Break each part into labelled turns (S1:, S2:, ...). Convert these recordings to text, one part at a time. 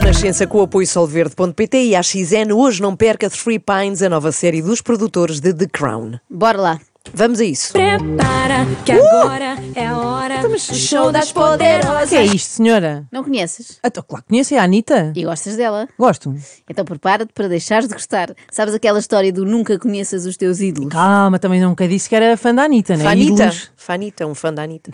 S1: Renascença com o apoio solverde.pt e a XN hoje não perca Three Pines, a nova série dos produtores de The Crown.
S2: Bora lá.
S1: Vamos a isso.
S3: Prepara,
S4: Uh!
S3: que agora é a hora do show das poderosas.
S5: Que é isto, senhora?
S2: Não conheces?
S5: Ah, tô- claro, que conheço é a Anitta?
S2: E gostas dela?
S5: Gosto.
S2: Então prepara-te para deixares de gostar. Sabes aquela história do nunca conheças os teus ídolos?
S5: Calma, também nunca disse que era fã da Anitta, né?
S1: Fanita.
S5: Ídolos.
S1: Fanita, um fã da Anitta.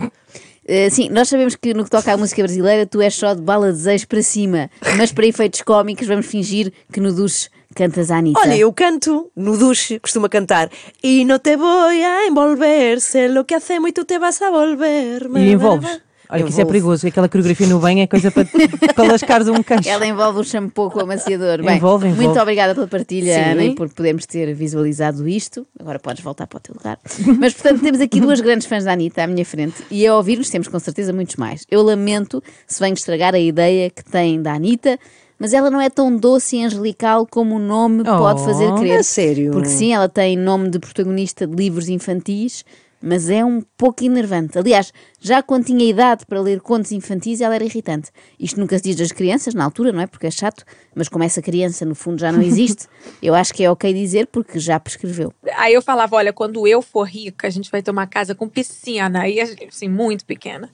S2: Eh, sim, nós sabemos que no que toca à música brasileira tu és só de baladezeiros para cima. Mas para efeitos cómicos vamos fingir que no duche cantas a
S5: é.
S2: Anitta.
S1: Olha, eu canto no duche, costumo cantar. E não te vou a envolver, se lo que hacemos e tu te vas a volver.
S5: E envolves. Olha, que isso é
S1: Envolvo.
S5: perigoso. Aquela coreografia no banho é coisa para, para lascares um queixo.
S2: Ela é- envolve o shampoo com o amaciador. Bem,
S5: Envolve, envolve.
S2: Muito obrigada pela partilha,
S1: Sim.
S2: Ana, e por podermos ter visualizado isto. Agora podes voltar para o teu lugar. Mas, portanto, temos aqui duas grandes fãs da Anitta à minha frente. E a ouvir-nos temos, com certeza, muitos mais. Eu lamento se venho estragar a ideia que têm da Anitta, mas ela não é tão doce e angelical como o nome pode fazer
S5: Oh,
S2: crer.
S1: a sério?
S2: Porque, sim, ela tem nome de protagonista de livros infantis. Mas é um pouco enervante. Aliás, já quando tinha idade para ler contos infantis, ela era irritante. Isto nunca se diz das crianças, na altura, não é? Porque é chato, mas como essa criança no fundo já não existe, eu acho que é ok dizer porque já prescreveu.
S3: Aí eu falava, olha, quando eu for rica, a gente vai ter uma casa com piscina. Aí, assim, muito pequena.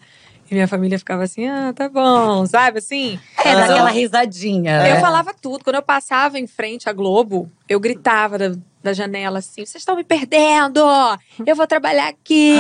S3: E minha família ficava assim, ah, tá bom, sabe assim?
S6: É, dá aquela risadinha.
S3: Eu
S6: né?
S3: falava tudo. Quando eu passava em frente à Globo, eu gritava da, da janela assim: vocês estão me perdendo! Eu vou trabalhar aqui!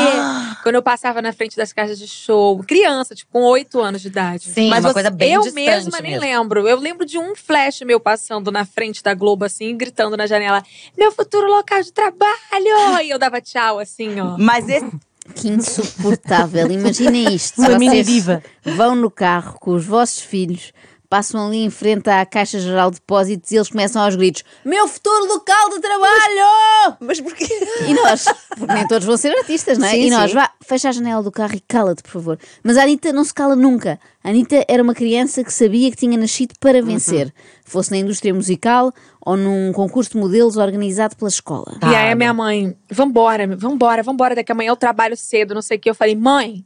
S3: Quando eu passava na frente das casas de show, criança, tipo, com oito anos de idade.
S6: Sim,
S3: Mas
S6: uma
S3: você-
S6: coisa bem
S3: Eu
S6: distante
S3: mesma nem
S6: mesmo.
S3: lembro. Eu lembro de um flash meu passando na frente da Globo, assim, gritando na janela: meu futuro local de trabalho! E eu dava tchau, assim, ó.
S6: Mas esse,
S2: Que insuportável. Imaginem isto.
S5: Uma
S2: Vocês
S5: mini diva.
S2: Vão no carro com os vossos filhos, passam ali em frente à Caixa Geral de Depósitos e eles começam aos gritos: Meu futuro local de trabalho!
S1: Mas porquê?
S2: E nós, porque nem todos vão ser artistas, não é?
S1: Sim,
S2: e nós,
S1: sim.
S2: vá, fecha a janela do carro e cala-te, por favor. Mas a Anitta não se cala nunca. A Anitta era uma criança que sabia que tinha nascido para vencer,
S1: Uhum.
S2: fosse na indústria musical ou num concurso de modelos organizado pela escola.
S3: E aí a minha mãe, vambora, vambora, vambora, daqui amanhã eu trabalho cedo, não sei o que. Eu falei, mãe,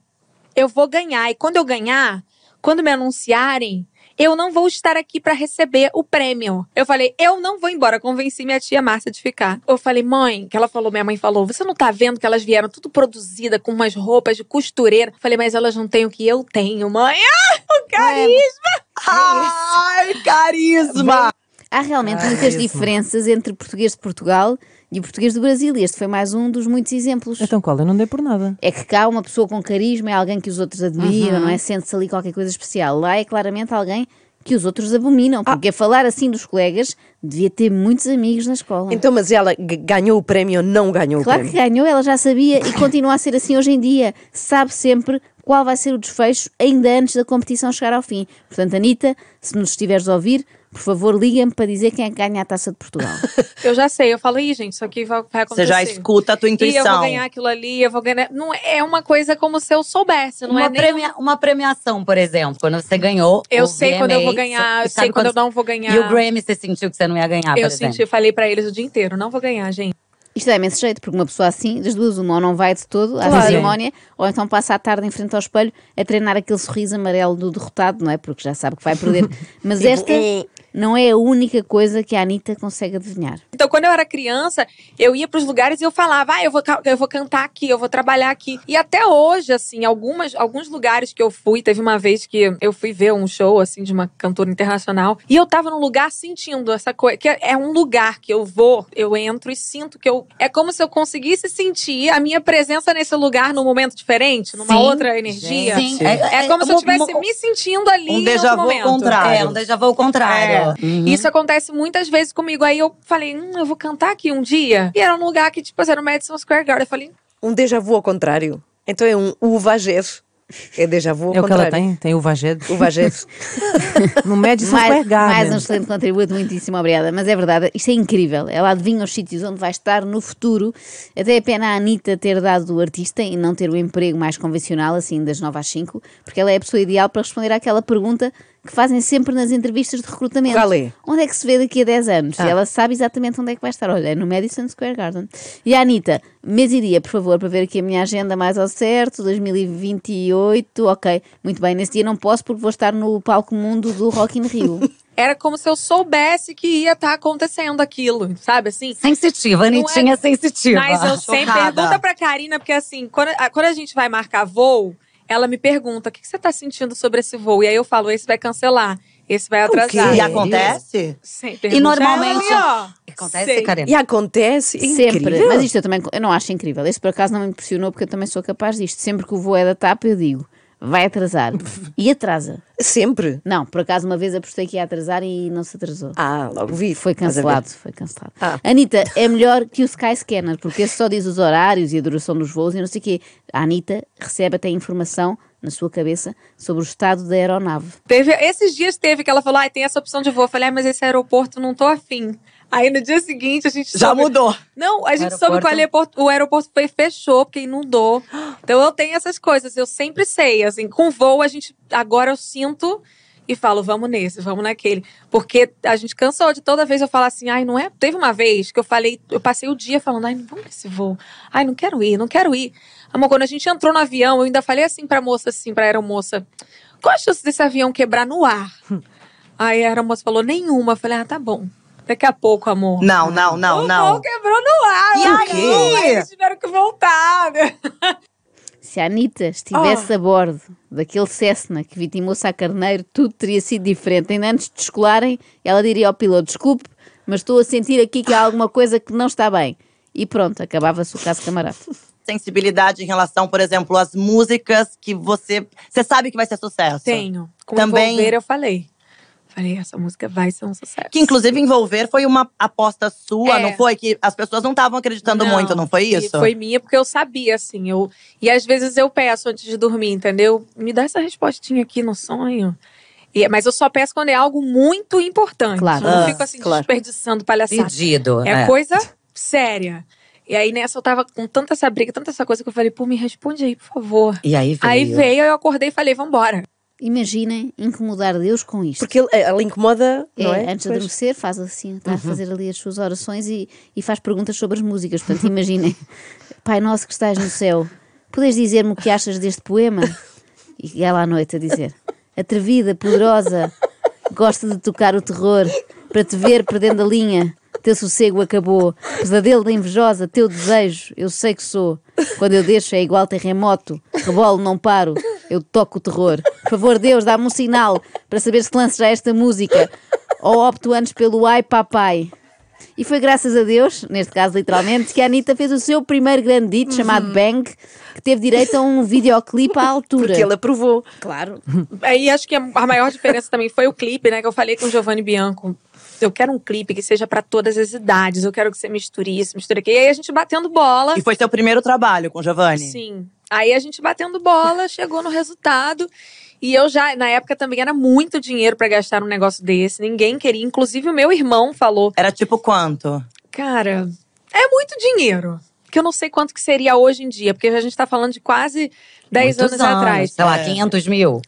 S3: eu vou ganhar. E quando eu ganhar, quando me anunciarem, eu não vou estar aqui pra receber o prêmio. Eu falei, eu não vou embora. Convenci minha tia Márcia de ficar. Eu falei, mãe, que ela falou, minha mãe falou, você não tá vendo que elas vieram tudo produzida com umas roupas de costureira? Eu falei, mas elas não têm o que eu tenho, mãe. Ah, o carisma!
S6: Ai, carisma!
S2: Há realmente muitas diferenças entre o português de Portugal e o português do Brasil. E este foi mais um dos muitos exemplos.
S5: Então, qual? Eu não dei por nada.
S2: É que cá uma pessoa com carisma é alguém que os outros admiram, não é? Sente-se ali qualquer coisa especial. Lá é claramente alguém que os outros abominam, porque a falar assim dos colegas devia ter muitos amigos na escola.
S1: Então, mas ela g- ganhou o prémio ou não ganhou o
S2: claro que
S1: prémio?
S2: ganhou, ela já sabia e continua a ser assim hoje em dia. Sabe sempre qual vai ser o desfecho ainda antes da competição chegar ao fim. Portanto, Anitta, se nos estiveres a ouvir, por favor, liga-me para dizer quem é que ganha a taça de Portugal.
S3: Eu já sei, eu falo, ih, gente, isso aqui vai, vai acontecer.
S6: Você já escuta a tua
S3: E eu vou
S6: intuição.
S3: ganhar aquilo ali, eu vou ganhar. Não é uma coisa como se eu soubesse, não
S6: uma,
S3: é nem.
S6: premia- uma premiação, por exemplo, quando você ganhou.
S3: Eu
S6: o
S3: sei quando eu vou ganhar,
S6: e
S3: eu
S6: sabe
S3: sei quando eu não vou ganhar.
S6: E o Grammy, você sentiu que você não ia ganhar,
S3: Eu
S6: por
S3: senti,
S6: exemplo.
S3: eu falei pra eles o dia inteiro, não vou ganhar, gente.
S2: Isto dá imenso jeito, porque uma pessoa assim, das duas, uma ou não vai de todo à
S5: Claro.
S2: cerimónia, ou então passa a tarde em frente ao espelho a treinar aquele sorriso amarelo do derrotado, não é? Porque já sabe que vai perder. Mas esta não é a única coisa que a Anitta consegue adivinhar.
S3: Então, quando eu era criança, eu ia pros lugares e eu falava, ah, eu vou, ca- eu vou cantar aqui, eu vou trabalhar aqui. E até hoje, assim, algumas, alguns lugares que eu fui, teve uma vez que eu fui ver um show, assim, de uma cantora internacional, e eu tava num lugar sentindo essa coisa, que é- é um lugar que eu vou, eu entro e sinto que eu. É como se eu conseguisse sentir a minha presença nesse lugar num momento diferente, numa
S2: Sim,
S3: outra energia.
S6: Sim,
S3: É como se eu
S6: um-
S3: estivesse me sentindo ali
S7: um
S3: em
S7: déjà
S3: algum
S7: vu
S3: momento. É.
S7: contrário.
S6: É, um déjà vu ao contrário. Uhum.
S3: E Isso acontece muitas vezes comigo. Aí eu falei, hum, eu vou cantar aqui um dia. E era um lugar que, tipo, era o Madison Square Garden. Eu falei,
S5: é.
S1: Um déjà vu ao contrário. Então é um uvager. É déjà vu ao
S5: é o que
S1: contrário.
S5: ela tem? Tem o Vaged.
S1: Uvager.
S5: No Madison Square
S2: Mais, mais um
S5: Garden.
S2: excelente contributo, muitíssimo obrigada. Mas é verdade, isto é incrível. Ela adivinha os sítios onde vai estar no futuro. Até é pena a Anitta ter dado o artista e não ter o emprego mais convencional, assim, das 9 às 5, porque ela é a pessoa ideal para responder àquela pergunta que fazem sempre nas entrevistas de recrutamento.
S1: Qual é? Ah.
S2: Onde é que se vê daqui a 10 anos? E ela sabe exatamente onde é que vai estar. Olha, é no Madison Square Garden. E a Anitta, mês e dia, por favor, para ver aqui a minha agenda mais ao certo, 2028, ok. Muito bem, nesse dia não posso porque vou estar no palco mundo do Rock in Rio.
S3: Era como se eu soubesse que ia estar acontecendo aquilo, sabe assim?
S6: Sensitiva,
S3: Não
S6: Anitinha é sensitiva.
S3: Mas eu sempre
S6: Chocada.
S3: pergunta pra Karina, porque assim, quando a, quando a gente vai marcar voo, ela me pergunta: o que, que você tá sentindo sobre esse voo? E aí eu falo: esse vai cancelar, esse vai atrasar.
S1: quê?
S7: E acontece?
S3: Sempre.
S6: E normalmente-
S3: Ela, ó,
S6: Acontece,
S3: sei.
S5: É.
S6: Karen.
S1: E acontece,
S2: Sempre.
S1: incrível.
S2: Mas isto eu também eu não acho incrível. Esse por acaso não me impressionou porque eu também sou capaz disto. Sempre que o voo é da TAP, eu digo, vai atrasar. e atrasa.
S1: Sempre.
S2: Não, por acaso uma vez apostei que ia atrasar e não se atrasou.
S1: Ah, logo vi.
S2: Foi
S1: Estás a ver?
S2: cancelado, foi cancelado.
S1: Ah.
S2: Anitta, é melhor que o Skyscanner, porque esse só diz os horários e a duração dos voos e não sei o quê. A Anitta recebe até informação na sua cabeça sobre o estado da aeronave.
S3: Teve, esses dias teve que ela falou: ah, tem essa opção de voo. Eu falei: ah, mas esse aeroporto não tô afim. Aí no dia seguinte a gente
S7: Já
S3: soube-
S7: mudou.
S3: Não, a gente
S6: O
S3: soube que o
S6: aeroporto-
S3: aeroporto, o aeroporto foi, fechou, porque inundou. Então eu tenho essas coisas, eu sempre sei. Assim, com voo, a gente. Agora eu sinto e falo, vamos nesse, vamos naquele. Porque a gente cansou de toda vez eu falar assim, ai, não é? Teve uma vez que eu falei, eu passei o dia falando, ai, não vamos nesse voo. Ai, não quero ir, não quero ir. Amor, quando a gente entrou no avião, eu ainda falei assim pra moça, assim, pra aeromoça, qual a chance desse avião quebrar no ar? Aí a aeromoça falou, nenhuma. Eu falei, ah, tá bom. Daqui a pouco, amor.
S7: Não, não, não,
S3: O
S7: não.
S3: pau quebrou no ar.
S7: E
S3: o
S7: aí?
S3: pau, aí Eles tiveram que voltar. né?
S2: Se a Anitta estivesse a bordo daquele Cessna que vitimou Sá Carneiro, tudo teria sido diferente. Ainda antes de descolarem, ela diria ao piloto: desculpe, mas estou a sentir aqui que há alguma coisa que não está bem. E pronto, acabava-se o caso camarada.
S7: Sensibilidade em relação, por exemplo, às músicas que você… Você sabe que vai ser sucesso.
S3: Tenho. Com
S7: Também-
S3: envolver, eu falei. Falei, essa música vai ser um sucesso.
S7: Que inclusive envolver foi uma aposta sua,
S3: É.
S7: não foi? Que as pessoas não estavam acreditando muito, não foi
S3: e
S7: isso?
S3: Foi minha, porque eu sabia, assim. Eu, e às vezes eu peço antes de dormir, entendeu? Me dá essa respostinha aqui no sonho. E- mas eu só peço quando é algo muito importante.
S2: Claro.
S3: Eu não
S7: Ah,
S3: fico assim,
S1: claro.
S3: desperdiçando palhaçada.
S6: Pedido.
S3: É, coisa séria. E aí nessa eu tava com tanta essa briga, tanta essa coisa que eu falei, pô, me responde aí, por favor.
S6: E aí veio.
S3: Aí veio, eu acordei e falei, vambora.
S2: Imaginem incomodar Deus com isto.
S1: Porque ele- ela incomoda,
S2: É,
S1: não é?
S2: Antes de
S1: Pois. Uhum.
S2: adormecer, faz assim, está a fazer ali as suas orações e, e faz perguntas sobre as músicas. Portanto, imaginem, Pai Nosso que estás no céu, podes dizer-me o que achas deste poema? E ela à noite a dizer: Atrevida, poderosa, gosta de tocar o terror para te ver perdendo a linha. Teu sossego acabou, pesadelo da invejosa, teu desejo, eu sei que sou. Quando eu deixo é igual terremoto, rebolo, não paro, eu toco o terror. Por favor, Deus, dá-me um sinal para saber se lanço já esta música. Ou opto antes pelo ai papai. E foi graças a Deus, neste caso literalmente, que a Anitta fez o seu primeiro grande hit
S1: Uhum.
S2: chamado Bang, que teve direito a um videoclipe à altura.
S1: Porque ele é- aprovou.
S2: Claro.
S3: Aí É, acho que a a maior diferença também foi o clipe, né? Que eu falei com o Giovanni Bianco. Eu quero um clipe que seja pra todas as idades. Eu quero que você misture isso, misture aquilo. E aí a gente batendo bola.
S7: E foi seu primeiro trabalho com o Giovanni?
S3: Sim. Aí a gente batendo bola, chegou no resultado. E eu já, na época, também era muito dinheiro pra gastar num negócio desse. Ninguém queria. Inclusive, o meu irmão falou:
S7: Era tipo quanto?
S3: Cara, é muito dinheiro. Que eu não sei quanto que seria hoje em dia, porque a gente tá falando de quase 10 anos,
S6: Muitos
S3: atrás.
S6: Sei lá,
S7: É.
S6: 500 mil?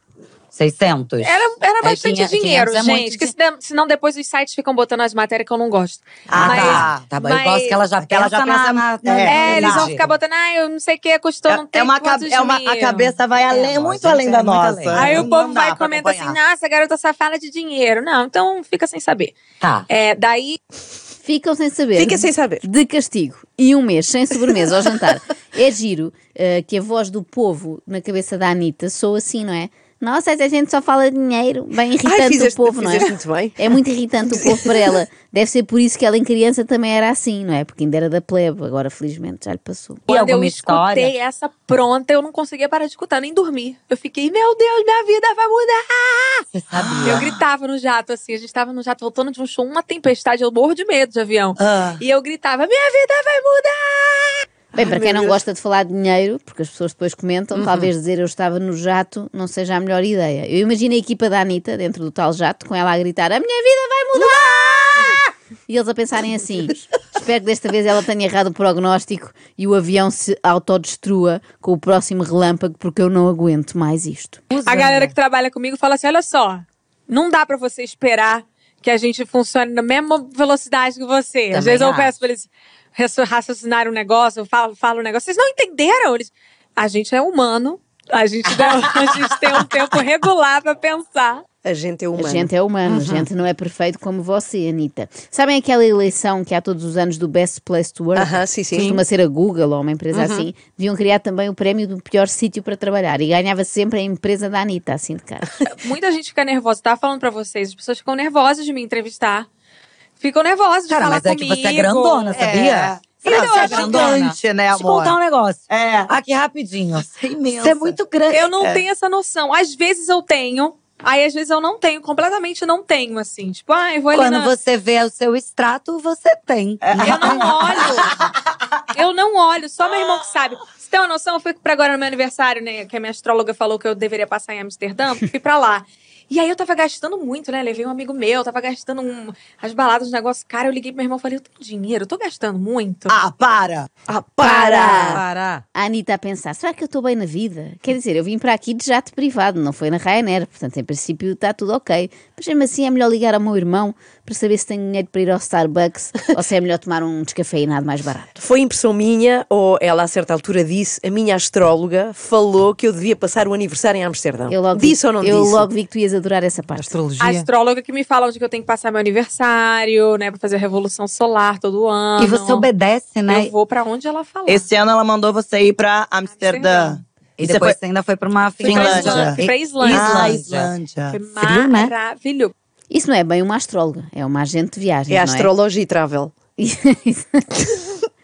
S6: 600?
S3: Era, era
S6: É,
S3: bastante
S6: quinhe-
S3: dinheiro,
S6: 500 é muito
S3: gente. Que se de- senão depois os sites ficam botando as matérias que eu não gosto.
S7: Ah,
S3: Mas-
S7: tá.
S6: tá bom, eu
S3: mas-
S6: gosto que ela já
S7: Ela
S6: pensa,
S7: já pensa-
S6: na, na, na-
S7: É,
S3: É, eles vão
S7: verdade.
S3: ficar botando, ah, eu não sei o que, custou não
S7: É
S3: tem
S7: uma, cabe-
S3: quantos
S7: é uma a
S3: mil."
S7: cabeça vai além,
S6: É,
S7: muito
S6: nossa,
S7: além
S6: é
S7: da
S6: muito
S7: nossa.
S6: além.
S3: Aí o
S7: Não
S3: povo
S7: dá
S3: vai
S7: pra
S3: comenta assim,
S7: acompanhar.
S3: nossa, garota safada de dinheiro. Não, então fica sem saber.
S6: Tá.
S3: É, daí,
S2: Ficam sem saber.
S1: Fica sem saber.
S2: De castigo. E um mês sem sobremesa ao jantar. É giro eh, que a voz do povo na cabeça da Anitta soa assim, não é? Nossa, essa gente só fala de dinheiro. Bem irritante
S1: Ai, fizeste,
S2: o povo, não é?
S1: fizeste muito bem.
S2: É muito irritante o povo para ela. Deve ser por isso que ela em criança também era assim, não é? Porque ainda era da plebe, agora felizmente já lhe passou.
S6: E
S3: quando eu
S6: alguma história?
S3: escutei essa pronta, eu não conseguia parar de escutar, nem dormir. Eu fiquei, meu Deus, minha vida vai mudar!
S6: Você sabia.
S3: Eu gritava no jato, assim, a gente tava no jato voltando de um show, uma tempestade, eu morro de medo de avião.
S7: Ah.
S3: E eu gritava, minha vida vai mudar!
S2: Bem, para quem não gosta de falar de dinheiro, porque as pessoas depois comentam, talvez dizer eu estava no jato não seja a melhor ideia. Eu imagino a equipa da Anitta dentro do tal jato, com ela a gritar: A minha vida vai mudar! E eles a pensarem assim: espero que desta vez ela tenha errado o prognóstico e o avião se autodestrua com o próximo relâmpago, porque eu não aguento mais isto.
S6: Usando.
S3: A galera que trabalha comigo fala assim: olha só, não dá pra você esperar que a gente funcione na mesma velocidade que você.
S6: Também
S3: Às vezes eu
S6: acho.
S3: peço pra eles raci- raciocinarem um negócio, eu falo, falo um negócio. Vocês não entenderam? Eles, a gente é humano. A gente, deu- a gente tem um tempo regular pra pensar.
S1: A gente é humana.
S2: A gente é humano, a gente não é perfeito como você, Anitta. Sabem aquela eleição que há todos os anos do Best Place to Work?
S1: Aham, sim, Uhum. sim.
S2: Costuma ser a Google ou uma empresa assim. Deviam criar também o prémio do pior sítio para trabalhar. E ganhava sempre a empresa da Anitta, assim de cara.
S3: Muita gente fica nervosa. Tava falando pra vocês, as pessoas ficam nervosas de me entrevistar. Ficam nervosas de
S6: Cara,
S3: falar
S6: mas é
S3: comigo.
S6: que você é grandona, sabia?
S7: Você é
S6: Então, eu acho
S7: gigante, né,
S6: Deixa eu contar um
S7: amor?
S6: negócio.
S7: É,
S6: Aqui rapidinho.
S7: é imensa.
S6: Você é muito grande.
S3: Eu não tenho essa noção. Às vezes eu tenho, aí às vezes eu não tenho. Completamente não tenho, assim. Tipo, ah, eu É. vou ali
S6: Quando
S3: na-
S6: você vê o seu extrato, você tem.
S3: Eu não olho. Eu não olho, só meu irmão que sabe. Você tem uma noção? Eu fui pra agora no meu aniversário, né? Que a minha astróloga falou que eu deveria passar em Amsterdã, fui pra lá. E aí eu tava gastando muito, né? Levei um amigo meu, tava gastando um- as baladas, os negócios. Cara, eu liguei pro meu irmão e falei: eu tenho dinheiro, eu tô gastando muito.
S7: Ah, para!
S1: Ah, para!
S5: Para.
S2: A Anitta a pensar, será que eu estou bem na vida? Quer dizer, eu vim para aqui de jato privado, não foi na Ryanair, portanto, em princípio está tudo ok. Mas mesmo assim é melhor ligar ao meu irmão para saber se tenho dinheiro para ir ao Starbucks ou se é melhor tomar um descafeinado mais barato.
S1: Foi impressão minha, ou ela a certa altura disse, a minha astróloga falou que eu devia passar o aniversário em Amsterdão.
S2: Eu logo
S1: disse
S2: vi,
S1: ou não
S2: Eu
S1: disse?
S2: logo vi que tu ias adorar essa parte.
S3: A
S5: Astrologia.
S3: astróloga que me fala onde que eu tenho que passar meu aniversário, né? Pra fazer a revolução solar todo ano.
S6: E você obedece, né?
S3: Eu vou pra onde ela falar.
S7: Esse ano ela mandou você ir pra Amsterdã.
S3: Amsterdã.
S6: E depois
S7: você
S6: você ainda foi pra uma
S3: Fui pra
S7: Finlândia.
S3: Islândia. Fui pra
S7: foi...
S3: Islândia.
S7: Ah,
S6: Islândia.
S7: Islândia.
S3: Foi
S6: Frio, né?
S3: maravilhoso.
S2: Isso não é bem uma astróloga, é uma agente de viagens,
S1: É a
S2: não
S1: astrologia e travel.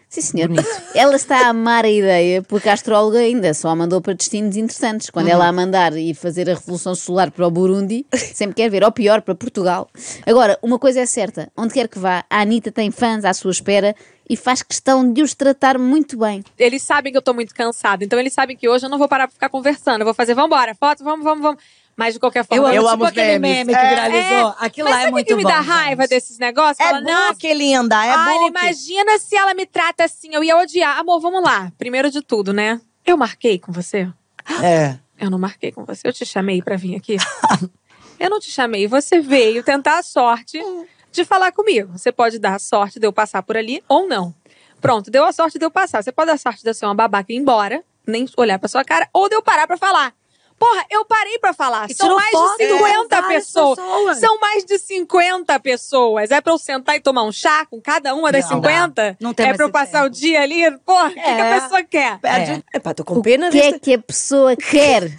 S2: Sim, senhor. Ela está a amar a ideia, porque a astróloga ainda só a mandou para destinos interessantes. Quando ela a
S1: Uhum.
S2: mandar e fazer a Revolução Solar para o Burundi, sempre quer ver, ou pior, para Portugal. Agora, uma coisa é certa: onde quer que vá, a Anitta tem fãs à sua espera e faz questão de os tratar muito bem.
S3: eles sabem que eu tô muito cansada. Então eles sabem que hoje eu não vou parar pra ficar conversando. Eu vou fazer, vambora, foto, vamos, vamos, vamos. Mas de qualquer forma, tipo
S7: Eu
S3: vou-
S7: amo os memes.
S6: que
S7: É.
S6: viralizou. Aquilo
S3: Mas sabe
S6: lá é
S3: o que
S6: muito
S3: que me
S6: bom,
S3: dá raiva
S6: gente.
S3: desses negócios?
S7: É
S3: Fala, nossa,
S7: book, linda, é
S3: olha,
S7: book.
S3: imagina se ela me trata assim. Eu ia odiar. Amor, vamos lá. Primeiro de tudo, né? Eu marquei com você?
S7: É.
S3: Eu não marquei com você. Eu te chamei pra vir aqui? eu não te chamei. Você veio tentar a sorte de falar comigo. Você pode dar a sorte de eu passar por ali ou não. Pronto, deu a sorte de eu passar. Você pode dar a sorte de eu ser uma babaca e ir embora, nem olhar pra sua cara, ou de eu parar pra falar. Porra, eu parei pra falar.
S6: E
S3: São
S6: tirou
S3: mais
S6: foto
S3: de
S6: com
S3: 50
S6: né? várias
S3: pessoas.
S6: pessoas.
S3: São mais de 50 pessoas. É pra eu sentar e tomar um chá com cada uma das
S6: Não dá.
S3: 50?
S6: Não tem
S3: é
S6: mais
S3: pra eu
S6: esse
S3: passar
S6: tempo.
S3: o dia ali? Porra, o que, que a
S6: É.
S3: pessoa quer?
S7: Perde
S6: É.
S1: Epá, estou com pena
S2: O que é
S1: desta.
S2: que a pessoa quer?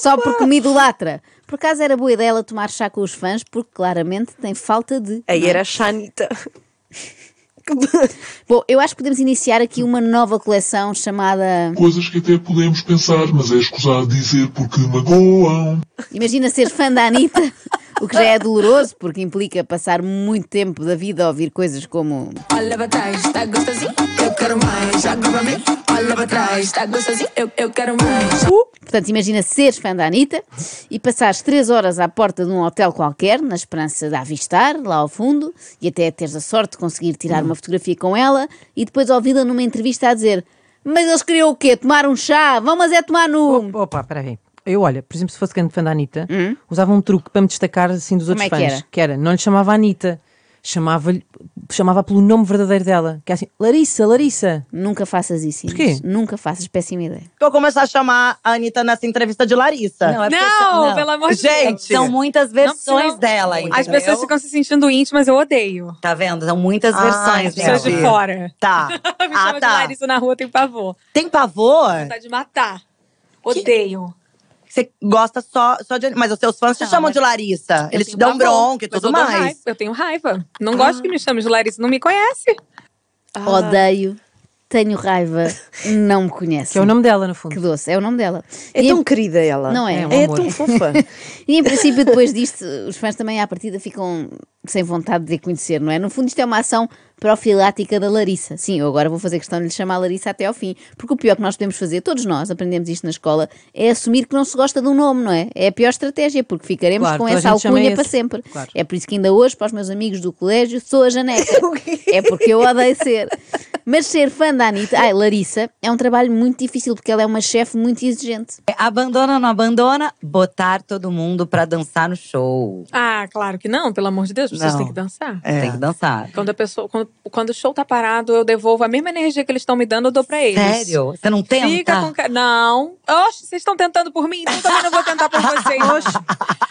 S2: Só porque me idolatra. Por acaso era boa ideia ela tomar chá com os fãs, porque claramente tem falta de.
S1: Aí era a Xanita. Uh,
S2: Bom, eu acho que podemos iniciar aqui uma nova coleção chamada.
S8: Coisas que até podemos pensar, mas é escusado dizer porque magoam.
S2: Imagina ser fã da Anitta, o que já é doloroso, porque implica passar muito tempo da vida a ouvir coisas como.
S4: Olha pra trás, tá gostosinho? Eu quero mais, joga pra mim. Olha pra trás, tá gostosinho? Eu, eu quero mais.
S2: Portanto, imagina seres fã da Anitta e passares três horas à porta de um hotel qualquer, na esperança de a avistar lá ao fundo e até teres a sorte de conseguir tirar uma fotografia com ela e depois ouvi-la numa entrevista a dizer: Mas eles queriam o quê? Tomar um chá? Vão, mas é tomar no.
S5: Opa, peraí. Eu, olha, por exemplo, se fosse grande fã da Anitta, usava um truque para me destacar assim dos
S2: Hum? Como
S5: outros
S2: é que
S5: fãs.
S2: era?
S5: não lhe chamava Anitta, chamava-lhe chamava pelo nome verdadeiro dela, que é assim, Larissa, Larissa.
S2: Nunca faças isso.
S5: Porquê?
S2: Inês. Nunca faças, péssima ideia.
S7: Vou começar a chamar a Anitta nessa entrevista de Larissa.
S6: Não, é porque
S3: Não,
S6: são-
S3: pelo amor de
S7: Gente,
S3: Deus.
S6: São muitas
S7: é
S6: versões
S3: senão-
S6: dela, entendeu?
S7: né?
S3: As pessoas ficam se sentindo íntimas, eu odeio.
S6: Tá vendo? São muitas
S7: Ah,
S6: versões
S7: entendi.
S6: dela.
S3: Pessoas de fora.
S7: Tá.
S3: Me
S7: ah,
S3: chama de
S7: tá.
S3: Larissa na rua, tem pavor.
S7: Tem pavor?
S3: Vontade de matar. Odeio.
S7: Você gosta só, só de. Mas os seus fãs te chamam de Larissa.
S3: Eu
S7: Eles te
S3: tenho
S7: dão
S3: pavor,
S7: bronca e
S3: mas
S7: tudo
S3: eu dou
S7: mais. Ah.
S3: raiva, Eu tenho raiva. Não gosto que me chame de Larissa, não me conhece.
S5: Ah.
S2: Odeio, tenho raiva, não me conhece.
S5: Que é o nome dela, no fundo.
S2: Que doce, é o nome dela.
S1: É
S2: e,
S1: tão
S2: em,
S1: querida ela.
S2: Não é? É um
S1: É
S5: amor.
S1: tão fofa.
S2: e em princípio, depois disto, os fãs também à partida ficam sem vontade de a conhecer, não é? No fundo, isto é uma ação profilática da Larissa. Sim, eu agora vou fazer questão de lhe chamar Larissa até ao fim, porque o pior que nós podemos fazer, todos nós aprendemos isto na escola, é assumir que não se gosta de um nome, não é? É a pior estratégia, porque ficaremos
S5: Claro,
S2: com
S5: toda a
S2: essa
S5: gente chama
S2: alcunha
S5: esse.
S2: para sempre.
S5: Claro.
S2: É por isso que ainda hoje, para os meus amigos do colégio, sou a Janeca. é porque eu odeio ser. Mas ser fã da Anitta, ai, Larissa, é um trabalho muito difícil porque ela é uma chefe muito exigente.
S6: Abandona ou não abandona? Botar todo mundo pra dançar no show.
S3: Ah, claro que não, pelo amor de Deus, vocês
S6: Não.
S3: têm que dançar.
S7: É.
S6: Tem que dançar.
S3: Quando, a pessoa, quando, quando o show tá parado, eu devolvo a mesma energia que eles estão me dando, eu dou pra eles.
S6: Sério? Você não tenta?
S3: Fica com ca- Não. Oxe, vocês estão tentando por mim, então também não vou tentar por vocês. Oxe.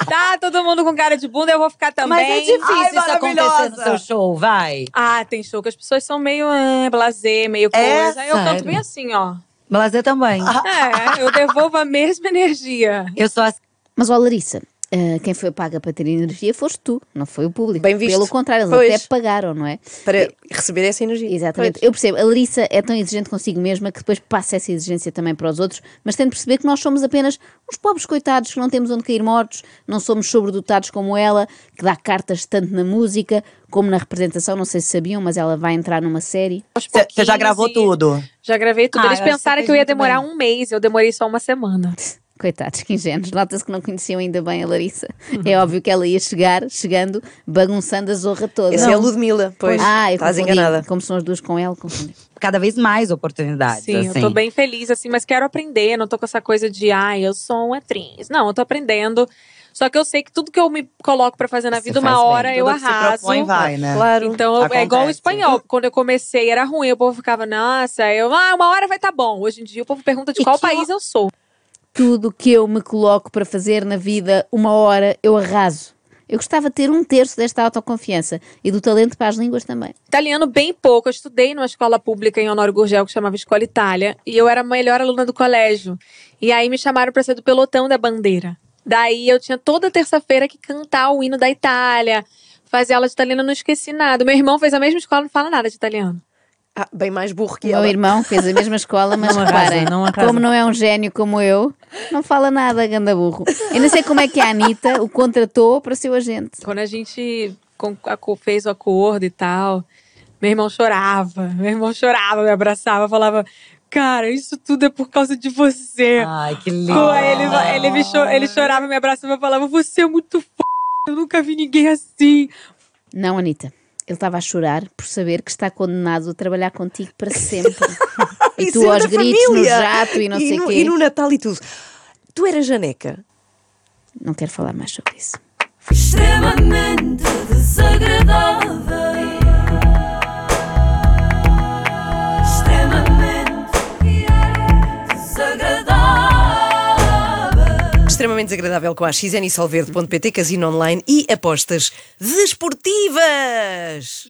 S3: Tá todo mundo com cara de bunda, eu vou ficar também.
S6: Mas é difícil
S7: Ai,
S6: isso acontecer no
S7: maravilhosa.
S6: seu show, vai.
S3: Ah, tem show que as pessoas são meio ah, blasé, meio
S7: É,
S3: coisa. Aí eu canto
S6: sério.
S3: bem assim, ó.
S6: Blazer também.
S3: É, eu devolvo a mesma energia.
S6: Eu sou assim.
S2: Mas, ó, Larissa, ah, quem foi paga para ter energia foste tu, não foi o público.
S1: Bem visto.
S2: Pelo contrário, eles
S1: Pois.
S2: até pagaram, não é?
S1: Para receber essa energia.
S2: Exatamente. Eu percebo, a Larissa é tão exigente consigo mesma que depois passa essa exigência também para os outros, mas tem de perceber que nós somos apenas uns pobres coitados que não temos onde cair mortos, não somos sobredotados como ela, que dá cartas tanto na música como na representação, não sei se sabiam, mas ela vai entrar numa série.
S3: Aos
S7: Você já
S3: pouquinhos,
S7: gravou
S3: e-
S7: tudo?
S3: Já gravei tudo.
S6: Ah,
S3: Eles
S6: eu acho que
S3: pensaram
S6: você
S3: que eu ia
S6: fez muito
S3: demorar
S6: bem.
S3: um mês, eu demorei só uma semana.
S2: Coitados, que ingênuos. Nota-se que não conheciam ainda bem a Larissa. É óbvio que ela ia chegar, chegando, bagunçando a zorra toda.
S1: Essa é a Ludmilla, pois.
S2: Ah, eu
S1: estás
S2: confundi.
S1: enganada.
S2: Como são as duas com ela, confundi.
S6: Cada vez mais oportunidades,
S3: Sim,
S6: assim.
S3: eu tô bem feliz, assim, mas quero aprender. Não tô com essa coisa de, ai, eu sou uma atriz. Não, eu tô aprendendo. Só que eu sei que tudo que eu me coloco pra fazer na
S6: Você
S3: vida,
S6: faz
S3: uma
S6: bem.
S3: hora eu
S7: Tudo que se
S3: arraso.
S7: propõe vai, né?
S1: Claro.
S3: Então, eu- é igual o
S7: Acontece.
S3: espanhol. Quando eu comecei era ruim, o povo ficava, nossa, eu, ah, uma hora vai tá bom. Hoje em dia o povo pergunta de
S6: E
S3: qual
S6: que
S3: país eu sou.
S2: tudo o que eu me coloco para fazer na vida, uma hora eu arraso. Eu gostava de ter um terço desta autoconfiança e do talento para as línguas também.
S3: Italiano, bem pouco. Eu estudei numa escola pública em Honório Gurgel, que chamava Escola Itália, e eu era a melhor aluna do colégio. E aí me chamaram para ser do pelotão da bandeira. Daí eu tinha toda terça-feira que cantar o hino da Itália, fazer aula de italiano, eu não esqueci nada. Meu irmão fez a mesma escola, não fala nada de italiano.
S1: Ah, bem mais burro que
S2: Meu
S1: ela.
S2: irmão fez a mesma escola, mas
S5: Não arrasa,
S2: reparem,
S5: não arrasa.
S2: como não é um gênio como eu, não fala nada, ganda burro. Eu não sei como é que a Anitta o contratou para ser o agente.
S3: Quando a gente con- aco- fez o acordo e tal, meu irmão chorava, meu irmão chorava, me abraçava, falava: Cara, isso tudo é por causa de você.
S6: Ai, que Ah, lindo.
S3: Pô, ele, ele, me cho- ele chorava, me abraçava e falava: Você é muito f. Eu nunca vi ninguém assim.
S2: Não, Anitta. Ele estava a chorar por saber que está condenado a trabalhar contigo para sempre. e
S1: Isso
S2: tu
S1: é
S2: aos
S1: da
S2: gritos, no
S1: família.
S2: jato e não sei o
S1: no,
S2: quê.
S1: E no Natal e tudo. Tu eras janeca.
S2: Não quero falar mais sobre isso.
S9: extremamente desagradável. Extremamente desagradável.
S1: Extremamente desagradável com a xnisolverde.pt, casino online e apostas desportivas.